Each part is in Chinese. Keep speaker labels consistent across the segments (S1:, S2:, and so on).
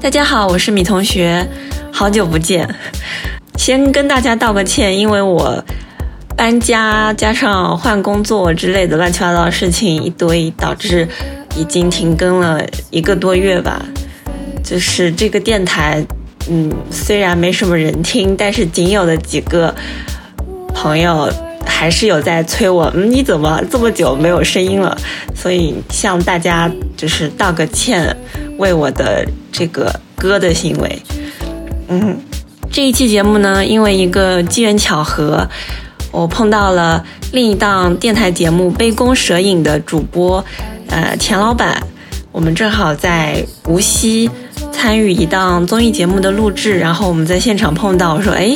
S1: 大家好，我是米同学，好久不见。 先跟大家道个歉，因为我搬家加上换工作之类的乱七八糟的事情一堆，导致已经停更了一个多月吧。就是这个电台，嗯，虽然没什么人听，但是仅有的几个朋友还是有在催我，嗯，你怎么这么久没有声音了？所以向大家就是道个歉，为我的这个歌的行为。嗯，这一期节目呢，因为一个机缘巧合，我碰到了另一档电台节目《杯弓蛇影》的主播，呃，钱老板。我们正好在无锡参与一档综艺节目的录制，然后我们在现场碰到，我说：“哎，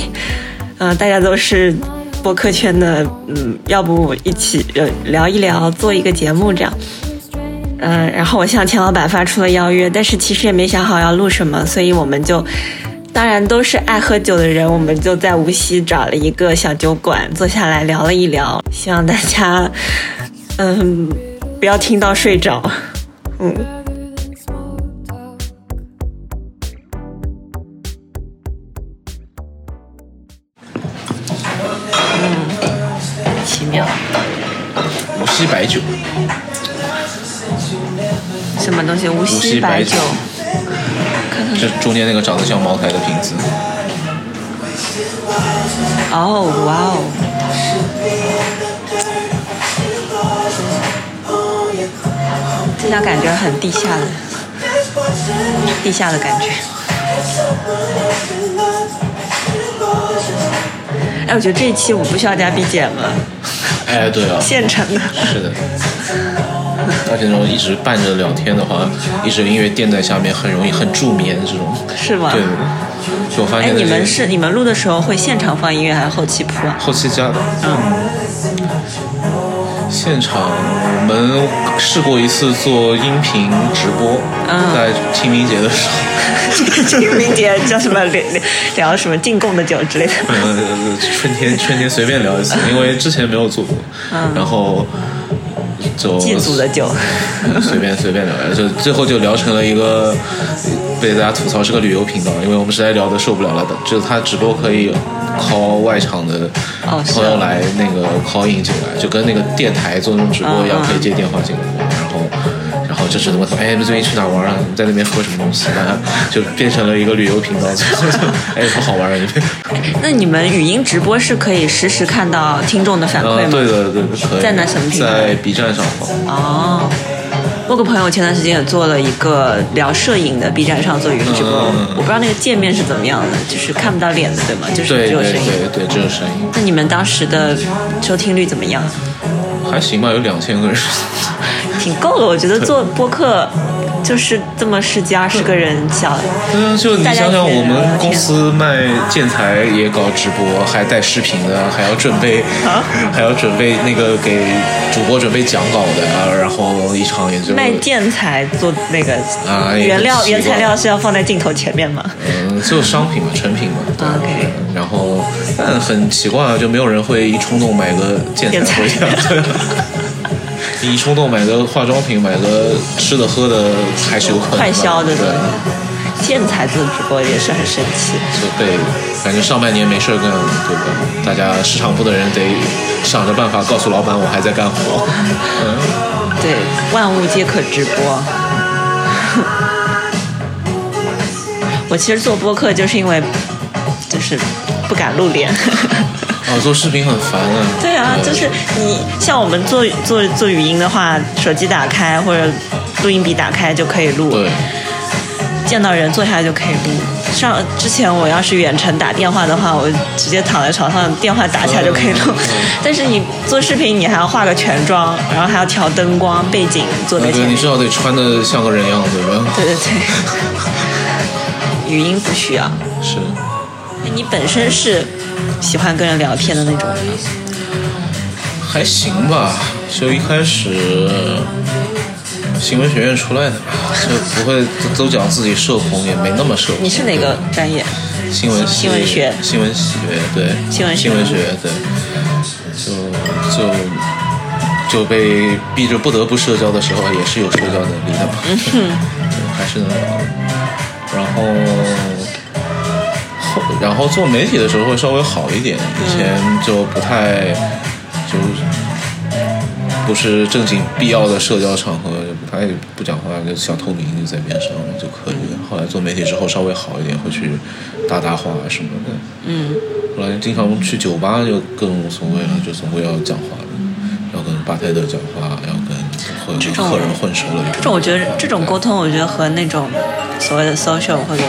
S1: 呃，大家都是播客圈的，嗯，要不一起呃聊一聊，做一个节目这样。”嗯，然后我向钱老板发出了邀约，但是其实也没想好要录什么，所以我们就，当然都是爱喝酒的人，我们就在无锡找了一个小酒馆坐下来聊了一聊，希望大家，嗯，不要听到睡着，嗯。奇妙，
S2: 无锡白酒，
S1: 什么东西？无
S2: 无锡
S1: 锡
S2: 白
S1: 白酒，
S2: 酒这中间那个长得像茅台的瓶子，
S1: 哦，哇哦！这家感觉很地下的，地下的感觉。哎，我觉得这一期我不需要加 BGM 了，
S2: 哎，对啊，
S1: 现成的。
S2: 是的。而且那种一直伴着聊天的话，一直音乐垫在下面，很容易很助眠这种。
S1: 是吗
S2: 对，就我发
S1: 哎，
S2: 现
S1: 你
S2: 那
S1: 们
S2: 些
S1: 是你们录的时候会现场放音乐还是后期 铺啊？
S2: 后期加，
S1: 嗯，
S2: 现场我们试过一次做音频直播，
S1: 嗯
S2: 在清明节的时候，
S1: 清明节叫什么聊聊聊什么进贡的酒之类的。
S2: 呃，春天春天随便聊一次，因为之前没有做过，
S1: 嗯
S2: 然后就
S1: 祭祖的酒，
S2: 随便随便聊，就最后就聊成了一个被大家吐槽是个旅游频道，因为我们实在聊得受不了了。就是他直播可以 call 外场的
S1: 哦是啊
S2: 朋友来那个 call in 进来，就跟那个电台做那种直播一样
S1: 嗯，嗯
S2: 可以接电话进来。然后，然后就是问他，哎，你最近去哪玩啊？你在那边喝什么东西？那 就变成了一个旅游频道， 就就就哎，不好玩啊！你们。
S1: 那你们语音直播是可以实时看到听众的反馈吗？
S2: 嗯，对的，对的，可以。
S1: 在哪什么平台
S2: 在 B 站上放。
S1: 哦，我有个朋友前段时间也做了一个聊摄影的 B 站上做语音直播，
S2: 嗯
S1: 我不知道那个界面是怎么样的，就是看不到脸的，对吗？就是
S2: 对
S1: 只
S2: 对
S1: 有声音。
S2: 对对，只有声音，
S1: 那你们当时的收听率怎么样？
S2: 还行吧，有两千个人。
S1: 挺够了，我觉得做播客就是这么十几二十个人小，
S2: 嗯，就你
S1: 大家
S2: 想想，
S1: 一起
S2: 我
S1: 聊聊
S2: 们公
S1: 天啊
S2: 司卖建材也搞直播，还带视频的，还要准备，
S1: 啊
S2: 还要准备那个给主播准备讲稿的啊，然后一场也就嗯
S1: 卖建材做那个、
S2: 啊也
S1: 原料
S2: 习
S1: 原
S2: 惯
S1: 材料是要放在镜头前面吗？
S2: 嗯，就商品嘛，成品嘛。对
S1: OK
S2: 然后，但很奇怪啊，就没有人会一冲动买个建
S1: 建
S2: 材
S1: 材
S2: 回家。对啊 你一冲动买个化妆品，买个吃的喝的，还是有可能
S1: 快消的
S2: 对，
S1: 建材做直播也是很神奇。
S2: 就被反正上半年没事儿干，对吧？大家市场部的人得想着办法告诉老板我还在干 活。嗯，
S1: 对，万物皆可直播。 我其实做播客就是因为，就是不敢露脸。
S2: 哦，做视频很烦啊。
S1: 对啊，就是你像我们做做做语音的话，手机打开或者录音笔打开就可以录，
S2: 对，
S1: 见到人坐下来就可以录。上之前我要是远程打电话的话，我直接躺在床上电话打起来就可以录
S2: 嗯嗯。
S1: 但是你做视频，你还要化个全妆，然后还要调灯光、背景，坐在
S2: 那
S1: 前
S2: 个
S1: 面
S2: 你。至少得穿的像个人样，对吧？
S1: 对对 对，语音不需要。
S2: 是。
S1: 那你本身是喜欢跟人聊天的那种吗？
S2: 还行吧，就一开始新闻学院出来的吧，就不会都讲自己社恐，也没那么社恐。
S1: 你是哪个专业？
S2: 新闻系
S1: 新闻学
S2: 新闻系对，
S1: 新闻学
S2: 新闻学对，就就就被逼
S1: 嗯
S2: 着不得不社交的时候，也是有社交能力的嘛，对还是能聊的。然后后然后做媒体的时候会稍微好一点，以前就不太就不是正经必要的社交场合就不太不讲话，就小透明就在边上就可以了。后来做媒体之后稍微好一点，会去搭搭话什么的。
S1: 嗯，
S2: 后来经常去酒吧就更无所谓了，就总归要讲话的，要跟吧台的讲话，要跟和跟
S1: 种
S2: 客人混熟了。
S1: 这种我觉得这种沟通，我觉得和那种所谓的 social 或者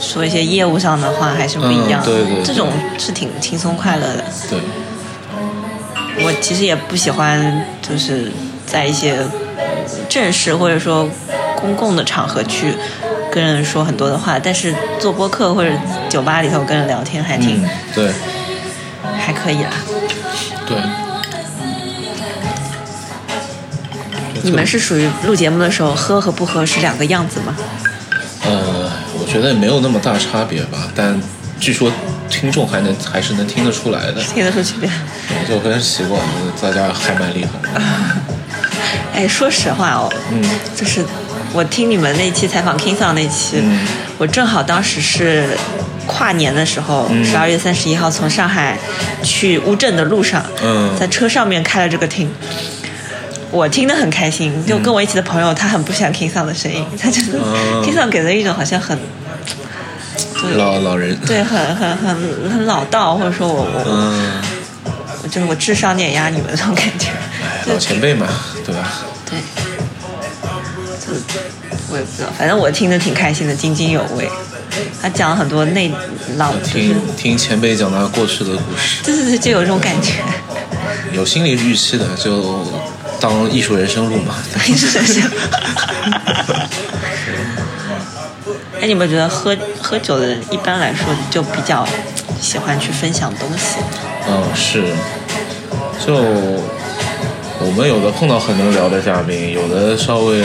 S1: 说一些业务上的话还是不一样的。
S2: 嗯对对对
S1: 这种是挺轻松快乐的。
S2: 对，
S1: 我其实也不喜欢，就是在一些正式或者说公共的场合去跟人说很多的话，但是做播客或者酒吧里头跟人聊天还挺、
S2: 嗯，对
S1: 还可以啦。啊
S2: 对。
S1: 你们是属于录节目的时候喝和不喝是两个样子吗？
S2: 呃，我觉得没有那么大差别吧，但据说听众还能还是能听得出来的，
S1: 听得出区别？
S2: 我就很奇怪，大家还蛮厉害的。
S1: 哎，说实话哦，
S2: 嗯，
S1: 就是我听你们那期采访 King Song 那期，
S2: 嗯
S1: 我正好当时是跨年的时候，十二、月三十一号从上海去乌镇的路上，
S2: 嗯
S1: 在车上面开了这个听。我听得很开心，就跟我一起的朋友，他很不喜欢 King Song 的声音，他就是 King Song 给人一种好像很，对
S2: 老老人，
S1: 对，很很很很老道，或者说我我
S2: 嗯，
S1: 我就是我智商碾压你们那种感觉，
S2: 哎，
S1: 就
S2: 老前辈嘛，对吧？
S1: 对，就我也不知道，反正我听着挺开心的，津津有味。他讲了很多内浪，就是
S2: 听听前辈讲他过去的故事，
S1: 对对对，就有这种感觉。
S2: 有心理预期的就当艺术人生路嘛。
S1: 你是谁？哎，你们觉得喝喝酒的人一般来说就比较喜欢去分享东西？
S2: 嗯，是，就我们有的碰到很能聊的嘉宾，有的稍微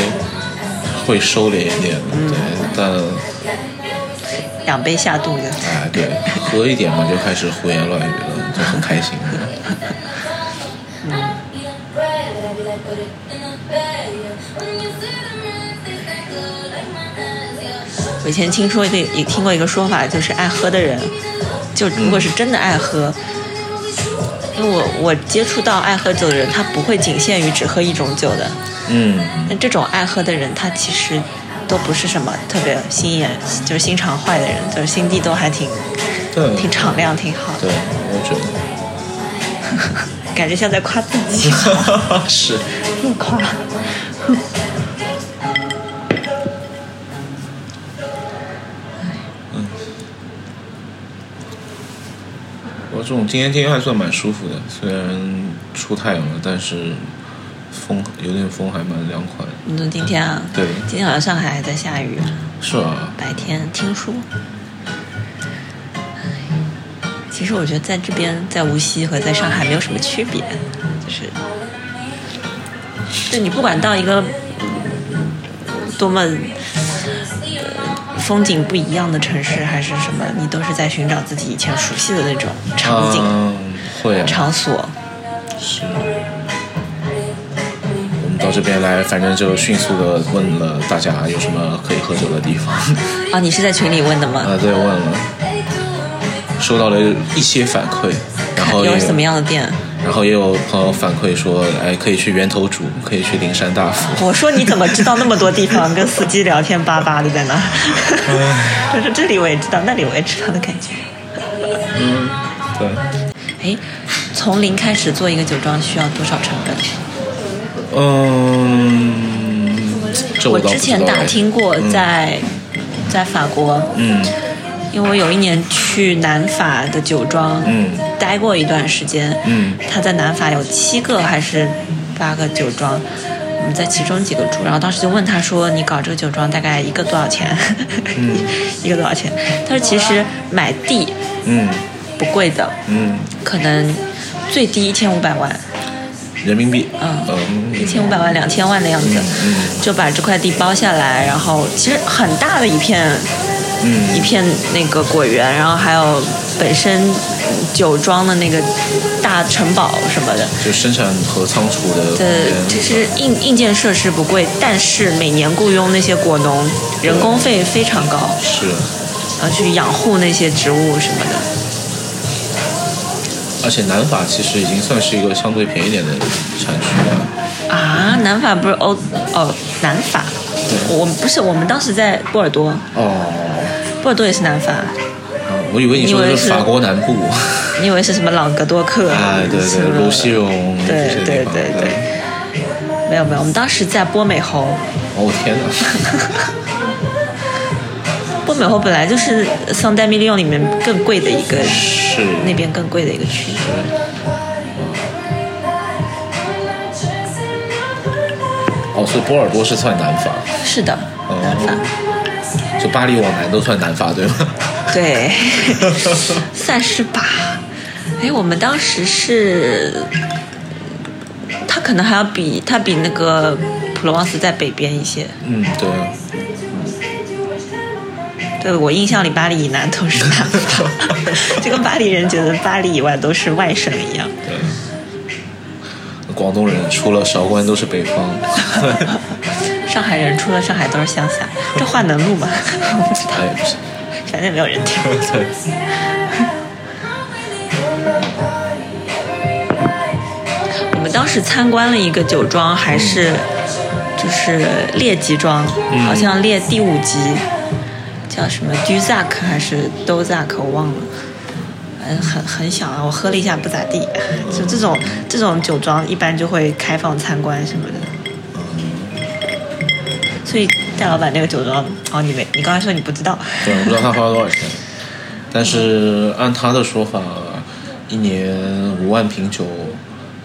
S2: 会收敛一点，对，但。
S1: 两杯下肚的，
S2: 哎，对，喝一点嘛，就开始胡言乱语了，就很开心。
S1: 我以前听说一个也听过一个说法，就是爱喝的人，就如果是真的爱喝，因为我我接触到爱喝酒的人，他不会仅限于只喝一种酒的。
S2: 嗯，
S1: 那这种爱喝的人，他其实都不是什么特别心眼，就是心肠坏的人，就是心地都还挺
S2: 对，
S1: 挺敞亮，挺好的，
S2: 对，我觉得
S1: 感觉像在夸自己，
S2: 是。
S1: 自夸。
S2: 我这种今天天还算蛮舒服的，虽然出太阳了，但是风有点风，还蛮凉快的。
S1: 你说今天啊，
S2: 对
S1: 今天好像上海还在下雨，
S2: 是啊，
S1: 白天听说。唉其实我觉得在这边，在无锡和在上海没有什么区别，就是，就你不管到一个嗯多么、呃风景不一样的城市，还是什么，你都是在寻找自己以前熟悉的那种场景、
S2: 嗯，会啊，
S1: 场所。
S2: 是。我们到这边来，反正就迅速的问了大家有什么可以喝酒的地方。
S1: 啊，你是在群里问的吗？
S2: 啊，对，问了，收到了一些反馈，然
S1: 看
S2: 后
S1: 有
S2: 也
S1: 什么样的店？
S2: 然后也有朋友反馈说，哎，可以去源头煮，可以去灵山大佛。
S1: 我说你怎么知道那么多地方？跟司机聊天巴巴的在那，就是这里我也知道，那里我也知道的感觉。
S2: 对，
S1: 哎，从零开始做一个酒庄需要多少成本？
S2: 嗯，这
S1: 我
S2: 倒不
S1: 之前
S2: 知道
S1: 打
S2: 哎
S1: 听过
S2: 嗯
S1: 在，在法国，
S2: 嗯
S1: 因为我有一年去南法的酒庄，
S2: 嗯
S1: 待过一段时间，
S2: 嗯
S1: 他在南法有七个还是八个酒庄，我们在其中几个住，然后当时就问他说，你搞这个酒庄大概一个多少钱？ 一个多少钱？他说其实买地
S2: 嗯
S1: 不贵的，
S2: 嗯，
S1: 可能最低一千五百万，
S2: 人民币，
S1: 嗯
S2: 嗯，
S1: 一千五百万、两千万的样子，就把这块地包下来，然后其实很大的一片，一片那个果园，然后还有本身酒庄的那个大城堡什么的。
S2: 就生产和仓储
S1: 呃，
S2: 的空间
S1: 其实硬硬件设施不贵，但是每年雇佣那些果农，人工费非常高，
S2: 是，
S1: 呃，去养护那些植物什么的。
S2: 而且南法其实已经算是一个相对便宜点的产区了。
S1: 啊，南法不是欧哦，南法，我们不是我们当时在波尔多，
S2: 哦，
S1: 波尔多也是南法，
S2: 嗯我以为你说
S1: 你以
S2: 的
S1: 为
S2: 是
S1: 是
S2: 法国南部。
S1: 你以为是什么朗格多克？
S2: 哎，对
S1: 什
S2: 对，
S1: 么
S2: 卢西荣这
S1: 对
S2: 些
S1: 对
S2: 地方。
S1: 对对，没有没有，我们当时在波美侯，
S2: 哦天 哪！
S1: 波美侯本来就是桑代米利用里面更贵的一个，
S2: 是
S1: 那边更贵的一个区。
S2: 哦，所以波尔多是算南法，
S1: 是的，
S2: 哦
S1: 南法，
S2: 就巴黎往南都算南法对吗？
S1: 对， 算是吧。哎，我们当时是，它可能还要比它比那个普罗旺斯在北边一些。
S2: 嗯，对。
S1: 对我印象里，巴黎以南都是南法， 就跟巴黎人觉得巴黎以外都是外省一样。
S2: 广东人除了韶关都是北方，
S1: 上海人除了上海都是乡下，这话能录吗？ 我不知道，
S2: 哎，不是，
S1: 反正也没有人听。
S2: 对，
S1: 我们当时参观了一个酒庄，还是就是列级庄，好像列第五级，叫什么 d u z a c 还是 Dozac，我忘了。嗯，很很小啊，我喝了一下不咋地。就这种这种酒庄，一般就会开放参观什么的。所以戴老板那个酒庄，哦，你没，你刚才说你不知道，
S2: 对，我不知道他花了多少钱，但是按他的说法，一年五万瓶酒，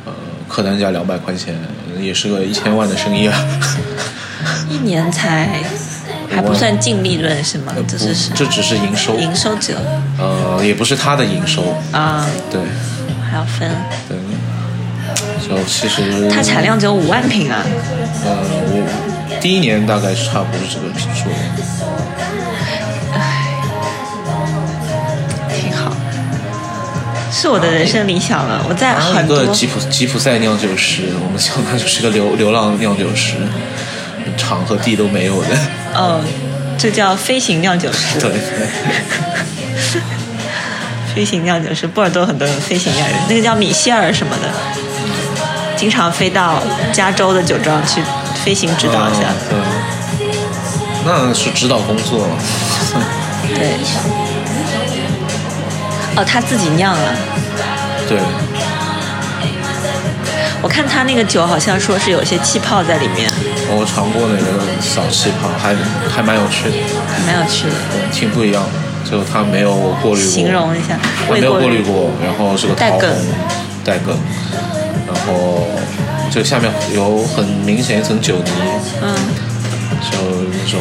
S2: 呃，客单价两百块钱，也是个一千万的生意啊。
S1: 一年才还不算净利润是吗？这是 是
S2: 这只是营收，
S1: 营收者
S2: 呃，也不是他的营收，
S1: 啊，
S2: 对
S1: 还要分，
S2: 对。就其实
S1: 它产量只有五万瓶啊。
S2: 呃，我第一年大概是差不多是这个数，
S1: 挺好，是我的人生理想了。我在
S2: 还有
S1: 很
S2: 一
S1: 多
S2: 个吉普吉普赛酿酒师，我们想他就是个流流浪酿酒师，场和地都没有的。
S1: 哦，这叫飞行酿酒师，
S2: 对，
S1: 飞行酿酒师，波尔多很多人飞行酿酒师，那个叫米歇尔什么的，经常飞到加州的酒庄去飞行指导一下。
S2: 嗯对，那是指导工作。
S1: 对，哦，他自己酿了。
S2: 对，
S1: 我看他那个酒好像说是有些气泡在里面，
S2: 我尝过那个小气泡，还还蛮有趣的，
S1: 蛮有趣的。
S2: 对挺不一样的。就它没有过滤过，
S1: 形容一下，
S2: 它
S1: 未
S2: 没有
S1: 过
S2: 过滤过，然后是个
S1: 带
S2: 桃红
S1: 梗
S2: 带梗，然后这个下面有很明显一层酒泥，
S1: 嗯，
S2: 就那种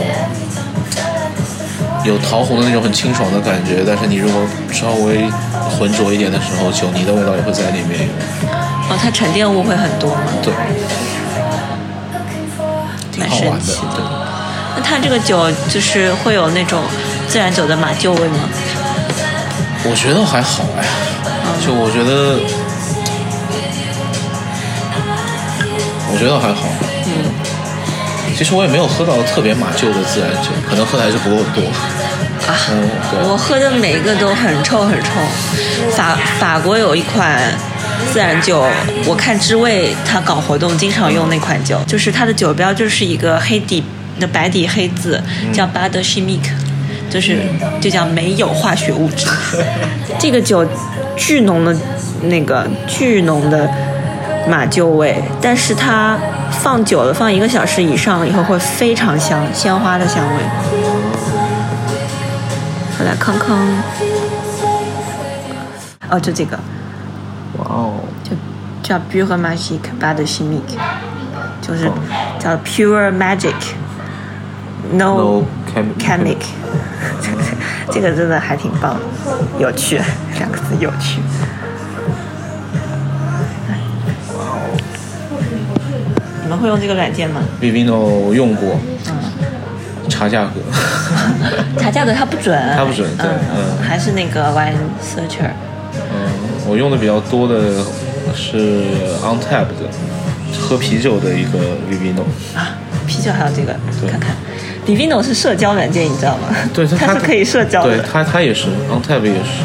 S2: 有桃红的那种很清爽的感觉，但是你如果稍微浑浊一点的时候，酒泥的味道也会在里面。
S1: 哦，它沉淀物会很多吗？
S2: 对，挺好玩
S1: 蛮神
S2: 的
S1: 奇。
S2: 对，
S1: 那它这个酒就是会有那种自然酒的马厩味吗？
S2: 我觉得还好哎，就我觉得，我觉得还好。嗯，其实我也没有喝到特别马厩的自然酒，可能喝的还是不够多。
S1: 啊，
S2: 嗯，对。
S1: 我喝的每一个都很臭很臭。法法国有一款自然酒，我看知味它搞活动经常用那款酒，就是它的酒标就是一个黑底的白底黑字，叫 b a d c h i m i q u e 就是就叫没有化学物质。这个酒巨浓的那个巨浓的马厩味，但是它放久了，放一个小时以上以后会非常香，鲜花的香味。我来康康，哦，就这个，
S2: 哇哦，
S1: 就叫 Pure Magic Bad Chimic，就是叫 Pure Magic No
S2: No chem-
S1: Chemic，这个真的还挺棒，有趣，两个字有趣。你们会用这个软件吗？
S2: Vivino 用过，
S1: 嗯
S2: 查价格，
S1: 查价格它不准，
S2: 它不准对
S1: 嗯，
S2: 嗯
S1: 还是那个 Wine Searcher。
S2: 嗯，我用的比较多的是 Untap 的，喝啤酒的一个 Vivino。
S1: 啊，啤酒还有这个
S2: 对，
S1: 看看。Divino 是社交软件，你知道吗？
S2: 对，它
S1: 它是可以社交
S2: 对
S1: 的。
S2: 它它也是 Untap 也是。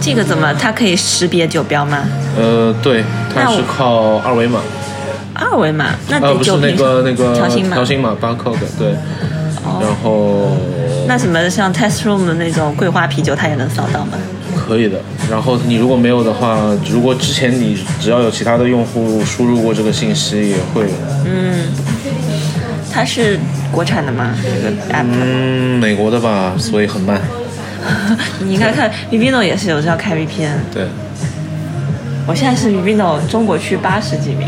S1: 这个怎么？它可以识别酒标吗？
S2: 呃，对，它
S1: 那我
S2: 是靠二维码，
S1: 二维码？那
S2: 呃，
S1: 得
S2: 不是
S1: 酒
S2: 那
S1: 瓶
S2: 个那个
S1: 条形码。
S2: 条形码 barcode，对，然
S1: 哦，
S2: 后
S1: 那什么像 Test Room 的那种桂花啤酒，它也能扫到吗？
S2: 可以的。然后你如果没有的话，如果之前你只要有其他的用户输入过这个信息，也会有。
S1: 它是国产的吗？这个 app，、
S2: 嗯，美国的吧，所以很慢。
S1: 你应该看 Vivino 也是有时候要开 VPN。
S2: 对，
S1: 我现在是 Vivino 中国区八十 几名，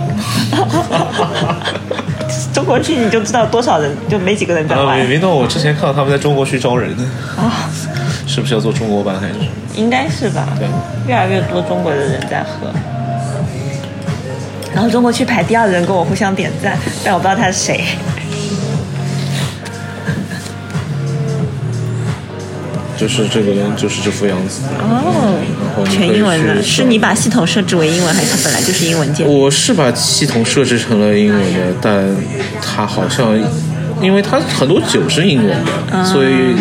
S1: 中国区你就知道多少人，就没几个人在
S2: 呃，
S1: 玩
S2: 维维诺，我之前看到他们在中国区招人，
S1: 啊、
S2: 是不是要做中国版还是？
S1: 应该是吧？
S2: 对，
S1: 越来越多中国的人在喝。然后中国区排第二的人跟我互相点赞，但我不知道他是谁。
S2: 就是这个，就是这副样子。然后
S1: 哦
S2: 你可以
S1: 全英文的，
S2: 去
S1: 是你把系统设置为英文，还是它本来就是英文界面？
S2: 我是把系统设置成了英文的，但它好像，因为它很多酒是英文的，
S1: 嗯
S2: 所以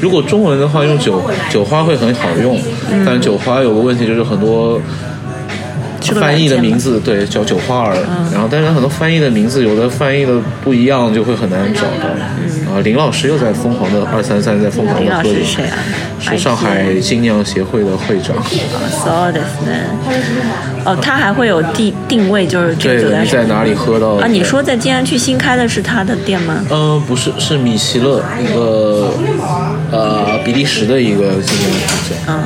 S2: 如果中文的话用酒酒花会很好用，
S1: 嗯
S2: 但酒花有个问题就是很多。
S1: 是个软件吧
S2: 翻译的名字对叫酒花儿，
S1: 嗯
S2: 然后但是很多翻译的名字有的翻译的不一样，就会很难找到。啊，林老师又在疯狂的二三三在疯狂
S1: 嗯林
S2: 的
S1: 老
S2: 喝酒
S1: 师是谁啊？哎
S2: 是上海精酿协会的会长。
S1: そうですね。哦，它还会有定定位，就是这个酒
S2: 对，你在
S1: 什么
S2: 哪里喝到的？
S1: 啊？你说在静安区新开的是它的店吗？
S2: 嗯，不是，是米其乐一个呃比利时的一个精酿啤酒。
S1: 嗯，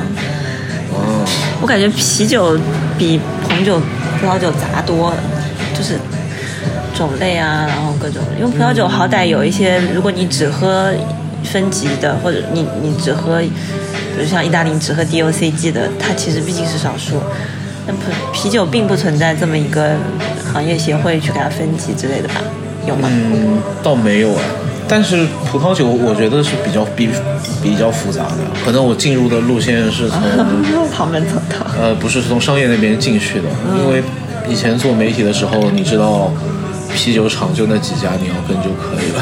S2: 哦，
S1: 我感觉啤酒比红酒、葡萄酒杂多了，就是种类啊，然后各种。因为葡萄酒好歹有一些，如果你只喝分级的，或者你你只喝，比如像意大利你只喝 DOCG 的，它其实毕竟是少数。那葡啤酒并不存在这么一个行业协会去给它分级之类的吧？有吗？
S2: 嗯，倒没有哎，但是葡萄酒我觉得是比较比比较复杂的，可能我进入的路线是从
S1: 旁门左道。
S2: 呃，不是从商业那边进去的，因为以前做媒体的时候，你知道啤酒厂就那几家，你要跟就可以了。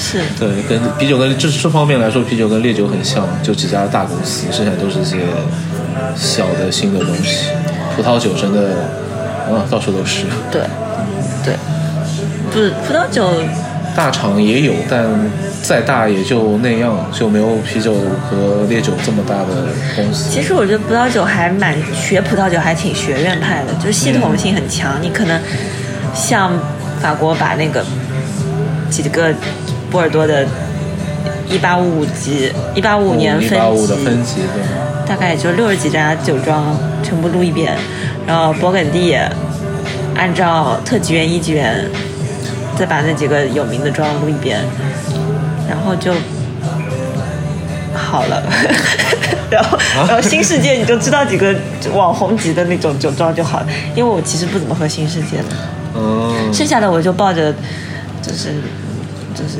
S1: 是
S2: 对，跟啤酒跟这这方面来说，啤酒跟烈酒很像，就几家大公司，剩下都是一些小的新的东西。葡萄酒真的，嗯，到处都是。
S1: 对，对，不是葡萄酒，
S2: 大厂也有，但再大也就那样，就没有啤酒和烈酒这么大的公司。
S1: 其实我觉得葡萄酒还蛮学葡萄酒还挺学院派的，就是系统性很强。你可能像法国把那个几个波尔多的。一八五五级，一八五年分
S2: 哦八五
S1: 级，
S2: 的分级对，
S1: 大概也就六十几家酒庄全部录一遍，然后勃艮第也按照特级园、一级园，再把那几个有名的庄录一遍，然后就好了。 然后，然后新世界你就知道几个网红级的那种酒庄就好了，因为我其实不怎么喝新世界的，
S2: 嗯，
S1: 剩下的我就抱着就是就是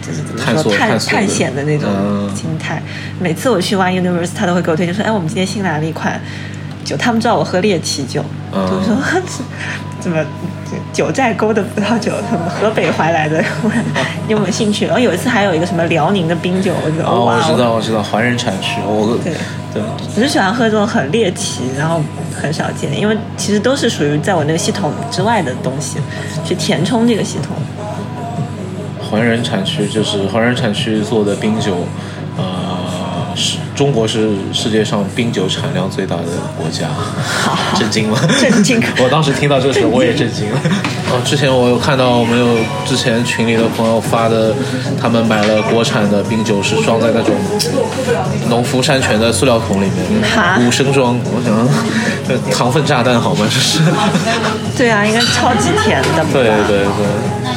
S1: 就是怎么
S2: 探
S1: 说
S2: 索
S1: 探
S2: 探索的
S1: 探险的那种
S2: 嗯
S1: 心态。每次我去 One Universe，他都会给我推荐说：“哎，我们今天新来了一款酒，他们知道我喝猎奇酒，
S2: 嗯
S1: 就说 怎么九寨沟的葡萄酒，什么河北怀来的， 你有没有兴趣？”然后有一次还有一个什么辽宁的冰酒，我觉得、
S2: 哦，
S1: 哇，
S2: 我知道，我知道，华人产区，嗯哦我
S1: 对
S2: 对，
S1: 我就喜欢喝这种很猎奇，然后很少见，因为其实都是属于在我那个系统之外的东西，去填充这个系统。
S2: 华人产区就是华人产区做的冰酒，呃，是中国是世界上冰酒产量最大的 国家，震惊吗？
S1: 震惊
S2: 我当时听到这个时候我也震 惊了。哦，之前我有看到我们有之前群里的朋友发的，他们买了国产的冰酒，是装在那种农夫山泉的塑料桶里
S1: 哈
S2: 面，五升装。我想， 这糖分炸弹好吗？这是。
S1: 对啊，应该超级甜的吧？
S2: 对对对，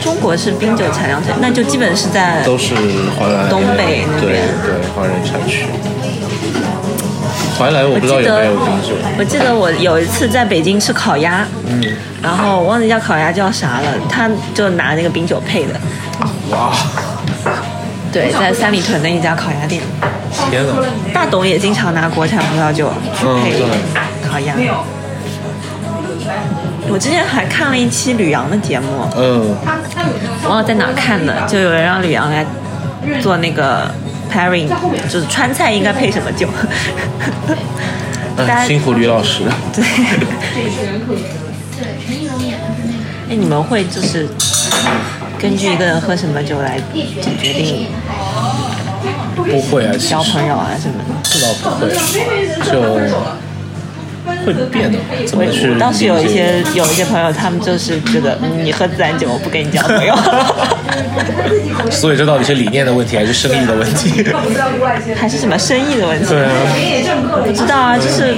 S1: 中国是冰酒产量最，那就基本是在
S2: 都是华南
S1: 东北那
S2: 对
S1: 边
S2: 对华人产区。怀来
S1: 我
S2: 我不
S1: 记
S2: 知道有
S1: 得
S2: 没有冰酒，
S1: 我记得我有一次在北京吃烤鸭，嗯，然后我忘记叫烤鸭叫啥了，他就拿那个冰酒配的，
S2: 哇，
S1: 对，在三里屯的一家烤鸭店，
S2: 天哪！
S1: 大董也经常拿国产葡萄酒去
S2: 嗯
S1: 配
S2: 对
S1: 烤鸭。我之前还看了一期吕阳的节目，
S2: 嗯，
S1: 忘了在哪儿看的，就有人让吕阳来做那个 pairing，就是川菜应该配什么酒。 大家
S2: 哎，辛苦吕老师。
S1: 对。哎，你们会就是根据一个人喝什么酒来决定
S2: 不会啊，其
S1: 交
S2: 实
S1: 朋友啊什么的？
S2: 这倒不会，就会变的吧。怎
S1: 我
S2: 么去
S1: 我倒是有一
S2: 理解
S1: 些有一些朋友，他们就是觉得、嗯你喝自然酒，我不跟你交朋 友。
S2: 所以这到底是理念的问题还是生意的问 题？
S1: 还是什么生意的问题？
S2: 对啊，
S1: 不知道啊，就是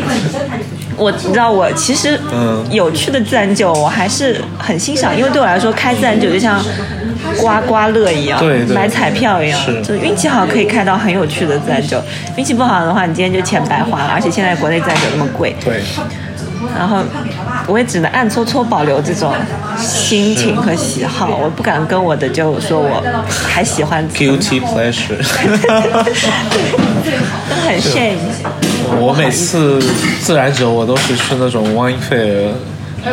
S1: 我你知道我其实
S2: 嗯
S1: 有趣的自然酒我还是很欣赏，因为对我来说开自然酒就像刮刮乐一样，
S2: 对对
S1: 买彩票一样，
S2: 是
S1: 就运气好可以开到很有趣的自然酒，运气不好的话你今天就钱白花了，而且现在国内自然酒那么贵，
S2: 对，
S1: 然后我也只能暗搓搓保留这种心情和喜好，我不敢跟我的就说我还喜欢
S2: guilty pleasure。
S1: 都很 shame。
S2: 我每次自然酒我都是去那种 wine fair，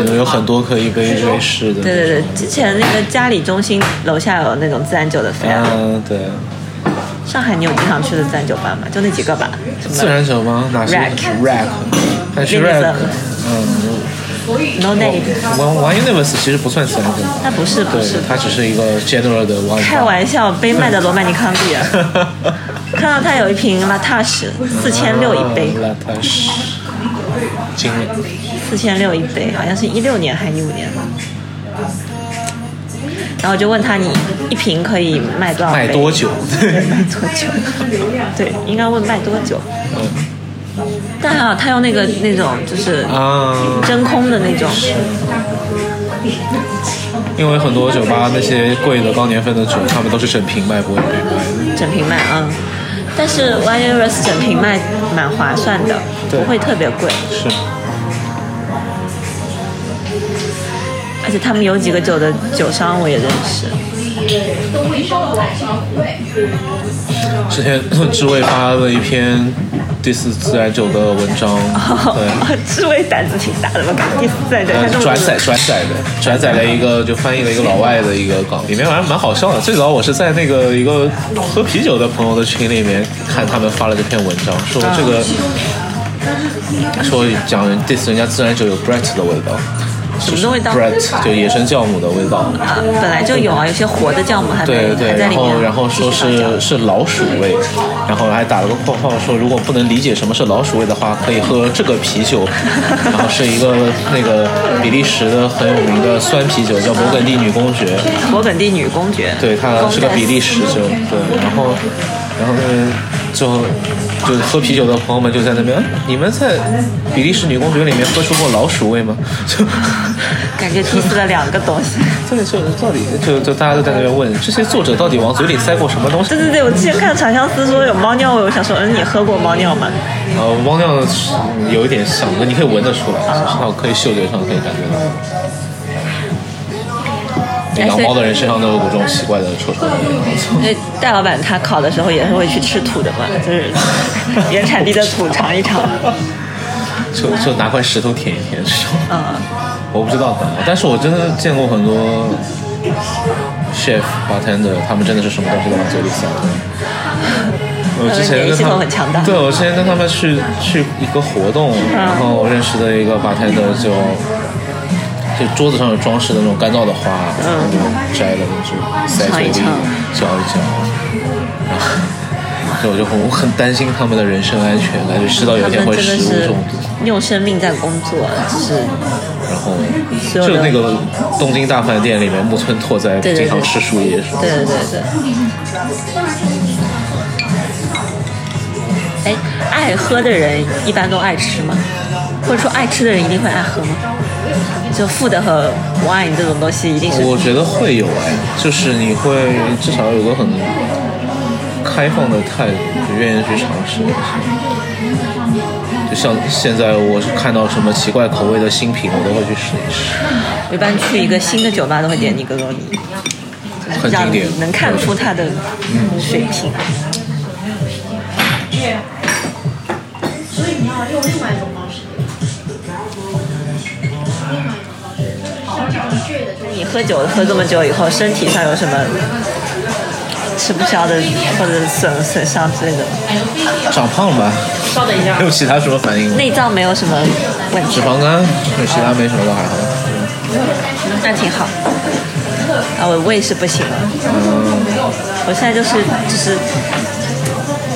S2: 有有很多可以杯瑞士的。
S1: 对对对，之前那个嘉里中心楼下有那种自然酒的 fair，、
S2: 嗯，对，
S1: 上海你有经常去的自然酒吧吗？就那几个吧，什
S2: 自
S1: 么
S2: 然酒吗？哪些
S1: Rack
S2: rack？但是
S1: Unison
S2: rack，嗯
S1: No Name，
S2: ，one one universe 其实不算自然酒，
S1: 那不是不
S2: 对
S1: 是，，
S2: 它只是一个 general 的 wine。
S1: 开玩笑，杯卖的罗曼尼康帝啊，看到他有一瓶拉塔什，四千六一 杯，
S2: 那它是经理。
S1: 四千六一杯，好像是一六年还一五年。然后我就问他，你一瓶可以卖多少杯？
S2: 卖多久？
S1: 卖多久？ 对，应该问卖多久。
S2: 嗯
S1: 但还好他用那个那种就是
S2: 啊，
S1: 真空的那种，
S2: 因为很多酒吧那些贵的高年份的酒，他们都是整瓶卖，不会杯卖。
S1: 整瓶卖，嗯。但是 One u r s 整瓶卖蛮划算的，
S2: 对
S1: 不会特别贵，
S2: 是，
S1: 而且他们有几个酒的酒商我也认识，
S2: 之前 知味发了一篇 diss 自然酒的文章， 对。
S1: 志伟胆子挺大的，我感觉第四代对他
S2: 呃
S1: 这么
S2: 转载转载的，转载了一个就翻译了一个老外的一个稿，里面好像蛮好笑的。最早我是在那个一个喝啤酒的朋友的群里面看他们发了这篇文章，说这个、
S1: 啊
S2: 说讲人 diss 人家自然酒有 Brett 的味道，
S1: 什么味道
S2: ？Brett 就野生酵母的味道。
S1: 啊，本来就有啊，有些活的酵母还没
S2: 对对
S1: 还
S2: 对，
S1: 在
S2: 然
S1: 里
S2: 后
S1: 面，
S2: 然后说是是老鼠味，然后还打了个括号说如果不能理解什么是老鼠味的话，可以喝这个啤 酒，然后是一个那个比利时的很有名的酸啤酒叫勃艮第女公爵，
S1: 勃艮第女公爵，
S2: 对，它是个比利时酒，对，然后然后呢就就喝啤酒的朋友们就在那边，你们在比利时女公爵里面喝出过老鼠味吗？ 就。
S1: 感觉 diss 了两个东 西。
S2: 这就到底就就大家都在那边问这些作者到底往嘴里塞过什么东西
S1: 对？对对，我之前看长相思说有猫尿味，我想说，嗯，你喝过猫尿吗？
S2: 呃，汪亮有一点像，你可以闻得出来，至少可以嗅觉上可以感觉到。养猫的人身上都有股这种奇怪的臭臭味。嗯
S1: 因为戴哎老板他烤的时候也是会去吃土的嘛，就是 原产地的土尝一尝。
S2: 就就拿块石头舔一舔这种。
S1: 嗯，
S2: 我不知道怎么，但是我真的见过很多 chef bartender，他们真的是什么东西都往嘴里塞。我之前
S1: 免
S2: 跟
S1: 疫系
S2: 他
S1: 统
S2: 们
S1: 很强大嗯
S2: 对我之前跟他们去去一个活动，然后我认识的一个 bartender 就就桌子上有装饰的那种干燥的花，然后就摘了就塞嘴里
S1: 嗯尝一尝
S2: 嚼 一嚼，然后。所以我就很我很担心他们的人身安全，感觉吃到有
S1: 他
S2: 一
S1: 们
S2: 天会
S1: 真的
S2: 食物
S1: 是
S2: 中毒。
S1: 用生命在工作，就是
S2: 然后
S1: 所有
S2: 就
S1: 的
S2: 那个东京大饭店里面木村拓哉
S1: 对对
S2: 经常吃树叶，
S1: 对对对对。哎，爱喝的人一般都爱吃吗？或者说爱吃的人一定会爱喝吗？就 food 和 wine 这种东西一定是
S2: 我觉得会有哎，就是你会至少有个很开放的态度，就愿意去尝试。就像现在我看到什么奇怪口味的新品，我都会去试一试，
S1: 我一般去一个新的酒吧都会点尼格罗尼，
S2: 很
S1: 让
S2: 经
S1: 你
S2: 典。
S1: 能看出它的水平。
S3: 对，所以你要用另外一种方式。另外一种方式，就是正确的，就是
S1: 你喝酒喝这么久以后，身体上有什么吃不消的或者损损伤之类的？
S2: 长胖吧，
S4: 稍等一下
S2: 没，有其他什么反应吗？
S1: 内脏没有什么问
S2: 脂
S1: 题，
S2: 肪肝，对其他没什么，倒还好。
S1: 嗯那挺好。啊，我胃是不行了，我现在就是就是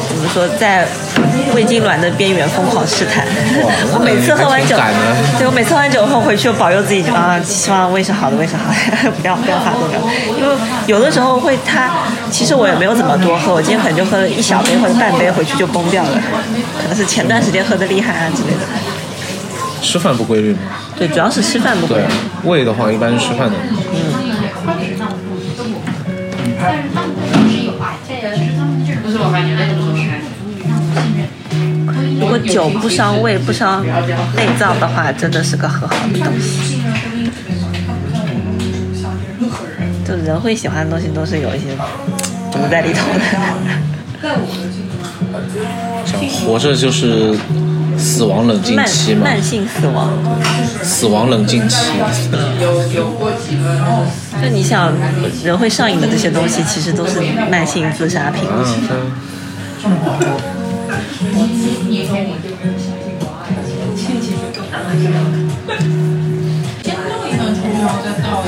S1: 怎么说，在胃痉挛的边缘疯狂试探。
S2: 那
S1: 我每次喝完
S2: 你还
S1: 酒
S2: 挺敢的，
S1: 对我每次喝完酒后回去，我保佑自己就啊，希望胃是好的，胃是好的， 不要不要发作，不要。因为有的时候会它，其实我也没有怎么多喝，我今天可能就喝了一小杯或者半杯，回去就崩掉了，可能是前段时间喝的厉害啊之类的。
S2: 吃饭不规律吗？
S1: 对，主要是吃饭不规
S2: 对
S1: 律。，
S2: 胃的话一般是吃饭的。
S4: 不是我发现那个不是
S1: 如果酒不伤胃、不伤内脏的话，真的是个很好的东西。就人会喜欢的东西，都是有一些毒在里头 的。
S2: 想活着就是死亡冷静
S1: 慢
S2: 期嘛，
S1: 慢性死亡，
S2: 死亡冷静期。
S1: 就你想，人会上瘾的这些东西，其实都是慢性自杀品。
S2: 嗯，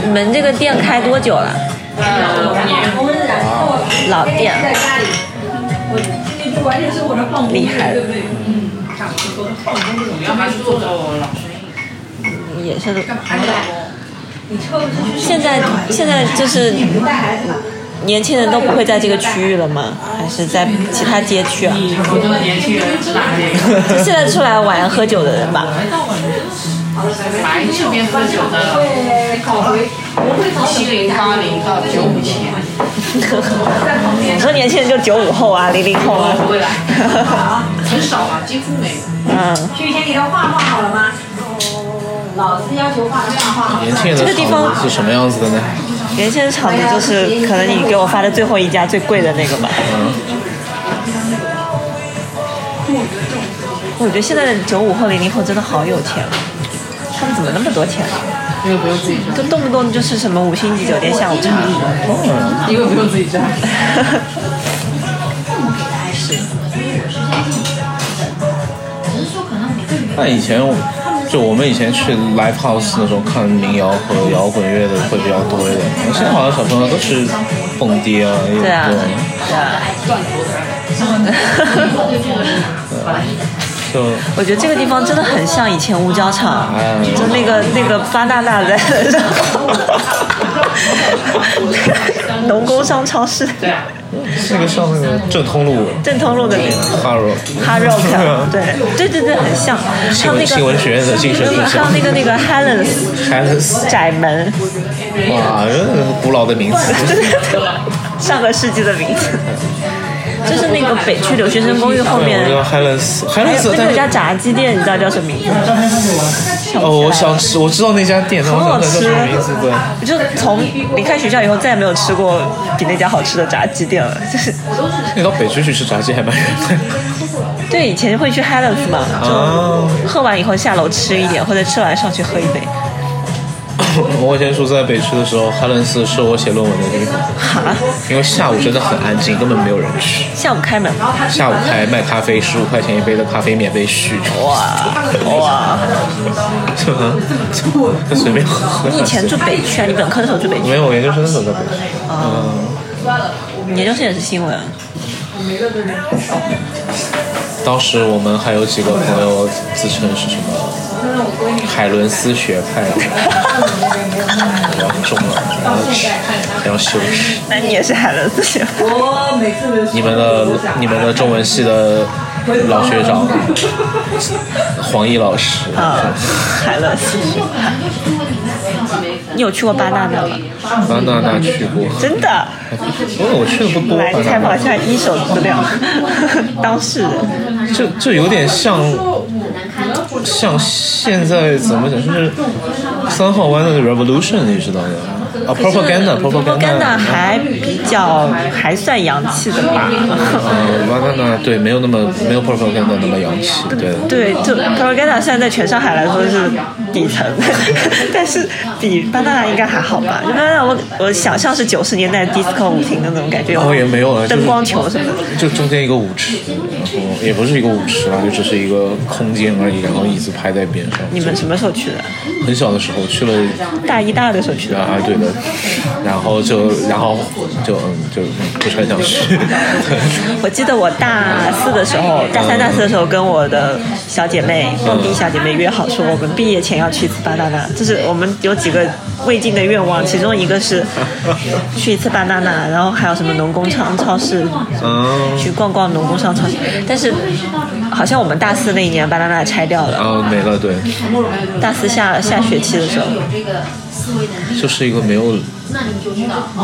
S1: 你们这个店开多久了？老店，厉害了，
S4: 主要还是做做老生意。
S1: 也是。现在现在就是年轻人都不会在这个区域了吗？还是在其他街区 啊？
S4: 你我觉得年轻人是哪里？
S1: 就现在出来玩喝酒的人吧，
S4: 来这边喝酒的，七零八零到九五前，
S1: 你说年轻人就九五后啊，零零后啊，
S4: 不会来，很少啊，几乎没有。
S1: 嗯，
S5: 去以前你的画画好了吗？老师要求画的画画好了。
S2: 年轻人的肠子是什么样子的呢？
S1: 年轻人厂子就是可能你给我发的最后一家最贵的那个吧。我觉得现在的九五后、零零后真的好有钱啊，他们怎么那么多钱啊？
S4: 因为不用自己扎，
S1: 就动不动就是什么五星级酒店下午茶，
S4: 因为不用自己扎。
S2: 那以前我就我们以前去 live house 那种看民谣和摇滚乐的会比较多一点，现在好像小朋友都去蹦迪啊，也有
S1: 对啊
S2: 这种，
S1: 对啊。
S2: 就哎
S1: 我觉得这个地方真的很像以前五角场，就那个那个发大大在农工商超市
S4: 对啊，
S2: 是那个像那个正通路
S1: 正通路的那个
S2: h a r o
S1: h a r o c 对对对对，很像。还有那
S2: 新闻
S1: 个
S2: 学院的精神故
S1: 还有
S2: 乡
S1: 那个那个 Helen's
S2: ，Highlands，
S1: 窄门，
S2: 哇，这古老的名字，
S1: 上个世纪的名字，就是那个北区留学生公寓后面哎
S2: 我。知道 Highlands，Highlands，
S1: 那
S2: 但
S1: 个有家
S2: 是
S1: 炸鸡店，你知道叫什么名字？
S2: 哦，我想吃，我知道那家店，但我想知道叫什么名字，对。
S1: 我就从离开学校以后，再也没有吃过比那家好吃的炸鸡店了。就是
S2: 你到北区去吃炸鸡还蛮远的
S1: 对，以前会去 Helen's 嘛，
S2: 啊！
S1: 就喝完以后下楼吃一点，或者吃完上去喝一杯。
S2: 我以前住在北区的时候，哈伦斯是我写论文的地方，
S1: 哈，
S2: 因为下午真的很安静，根本没有人去。
S1: 啊下午开门，
S2: 下午还卖咖啡，十五块钱一杯的咖啡免费续，
S1: 哇哇！
S2: 是吗？就随 便喝。
S1: 你以前住北区啊？你本科的时候住北区，
S2: 没有，我研究生的时候在北区。嗯，
S1: 你研究生也是新闻啊，
S2: 当时我们还有几个朋友自称是什么海伦斯学派啊 的，然后很重了，啊然后然后羞耻。
S1: 那你也是海伦斯学派
S5: 我每次都
S2: 你们的你们的中文系的老学长黄奕老师，
S1: 啊？海伦斯学派，你有去过巴拿那吗？
S2: 巴娜娜去过，
S1: 真的？
S2: 因为我去的不多，啊
S1: 来
S2: 巴
S1: 采
S2: 娜
S1: 访
S2: 娜
S1: 一下一手资 料，当事人。
S2: 这这有点像像现在怎么讲，就是三号湾的 Revolution，你知道的。啊，propaganda，propaganda，
S1: Propaganda 还比较还算洋气的吧。
S2: 嗯，propaganda 对，没有那么没有 propaganda 那么洋气，对的。
S1: 对，就 propaganda 虽然在全上海来说是底 层，但是比巴拿拿应该还好吧？巴拿拿我我想象是九十年代 disco 舞厅的那种感觉，
S2: 哦也没有啊就是
S1: 灯光球什么的。
S2: 就中间一个舞池，然后也不是一个舞池啦，就只是一个空间而已，然后椅子排在边上。
S1: 你们什么时候去的？
S2: 很小的时候去了
S1: 大一、大二的时候去的。
S2: 啊，对的，然后就然后就嗯就不是很想去，
S1: 我记得我大四的时候，大三、大四的时候，跟我的小姐妹蹦迪小姐妹约好说，我们毕业前要去一次巴拿那，就是我们有几个未尽的愿望，其中一个是去一次巴拿那，然后还有什么农工商超市，
S2: 嗯，
S1: 去逛逛农工商超市。但是好像我们大四那一年巴拿那拆掉
S2: 然
S1: 了，
S2: 后没了，对，
S1: 大四下下学期的时候，
S2: 就是一个没有。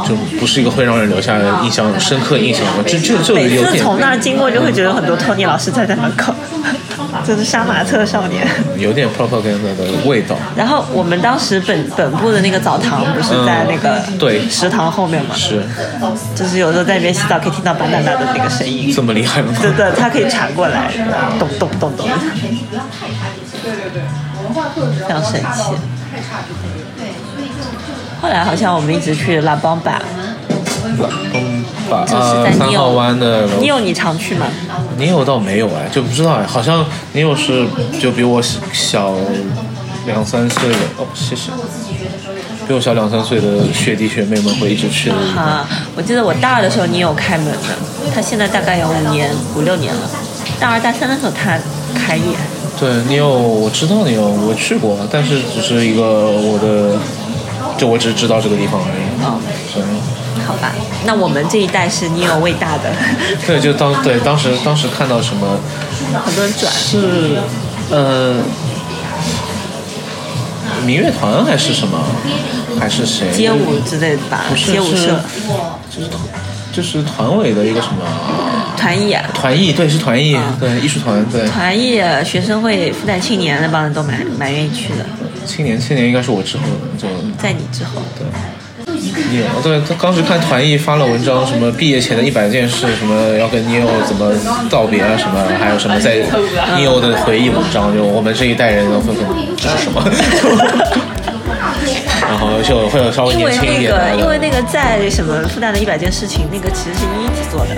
S2: 就不是一个会让人留下印象深刻印象的，这这就
S1: 每
S2: 有
S1: 次
S2: 点
S1: 从那儿经过就会觉得很多托尼老师站在门口， 就是杀马特少年。
S2: 有点 propaganda 的味道。
S1: 然后我们当时本本部的那个澡堂不是在那个
S2: 嗯对
S1: 食堂后面嘛，
S2: 是
S1: 就是有时候在里面洗澡可以听到 banana 的那个声音，
S2: 这么厉害吗？
S1: 对对，它可以传过来，咚咚咚咚，非常神奇。后来好像我们一直去拉邦吧，
S2: 嗯，把
S1: 是在
S2: 啊三
S1: 纽
S2: 号湾的楼
S1: 你有你常去吗？
S2: 你有倒没有哎，就不知道哎，好像你有是就比我小两三岁的哦，谢谢，比我小两三岁的学弟学妹们会一直去的。
S1: 啊，我记得我大二的时候你有开门的，他现在大概有五年五六年了，大二大三的时候他开业，
S2: 对你有，我知道你有，我去过，但是只是一个我的，就我只知道这个地方而已。
S1: 哦
S2: 嗯，
S1: 好吧，那我们这一代是你有味大 的，
S2: 对，就当对当时当时看到什么
S1: 很多人转。
S2: 是，呃，民乐团还是什么，还是谁
S1: 街舞之类的吧，
S2: 不是
S1: 街舞社、
S2: 是就是团就是团委的一个什么
S1: 团艺、
S2: 团艺，对，是团艺，对，艺术团，对，
S1: 啊团艺学生会、复旦青年那帮人都蛮蛮愿意去的，
S2: 青年青年应该是我之后就
S1: 在你之后。
S2: 你哦对，他当时看团艺发了文章，什么毕业前的一百件事，什么要跟 Neo 怎么道别啊，什么还有什么在 Neo 的回忆文章，就我们这一代人都会很这是什么， 然后就会有稍微
S1: 因
S2: 年
S1: 为
S2: 轻一
S1: 那
S2: 点的
S1: 个，因为那个在什么复旦的一百件事情，那个其实是一一起做的，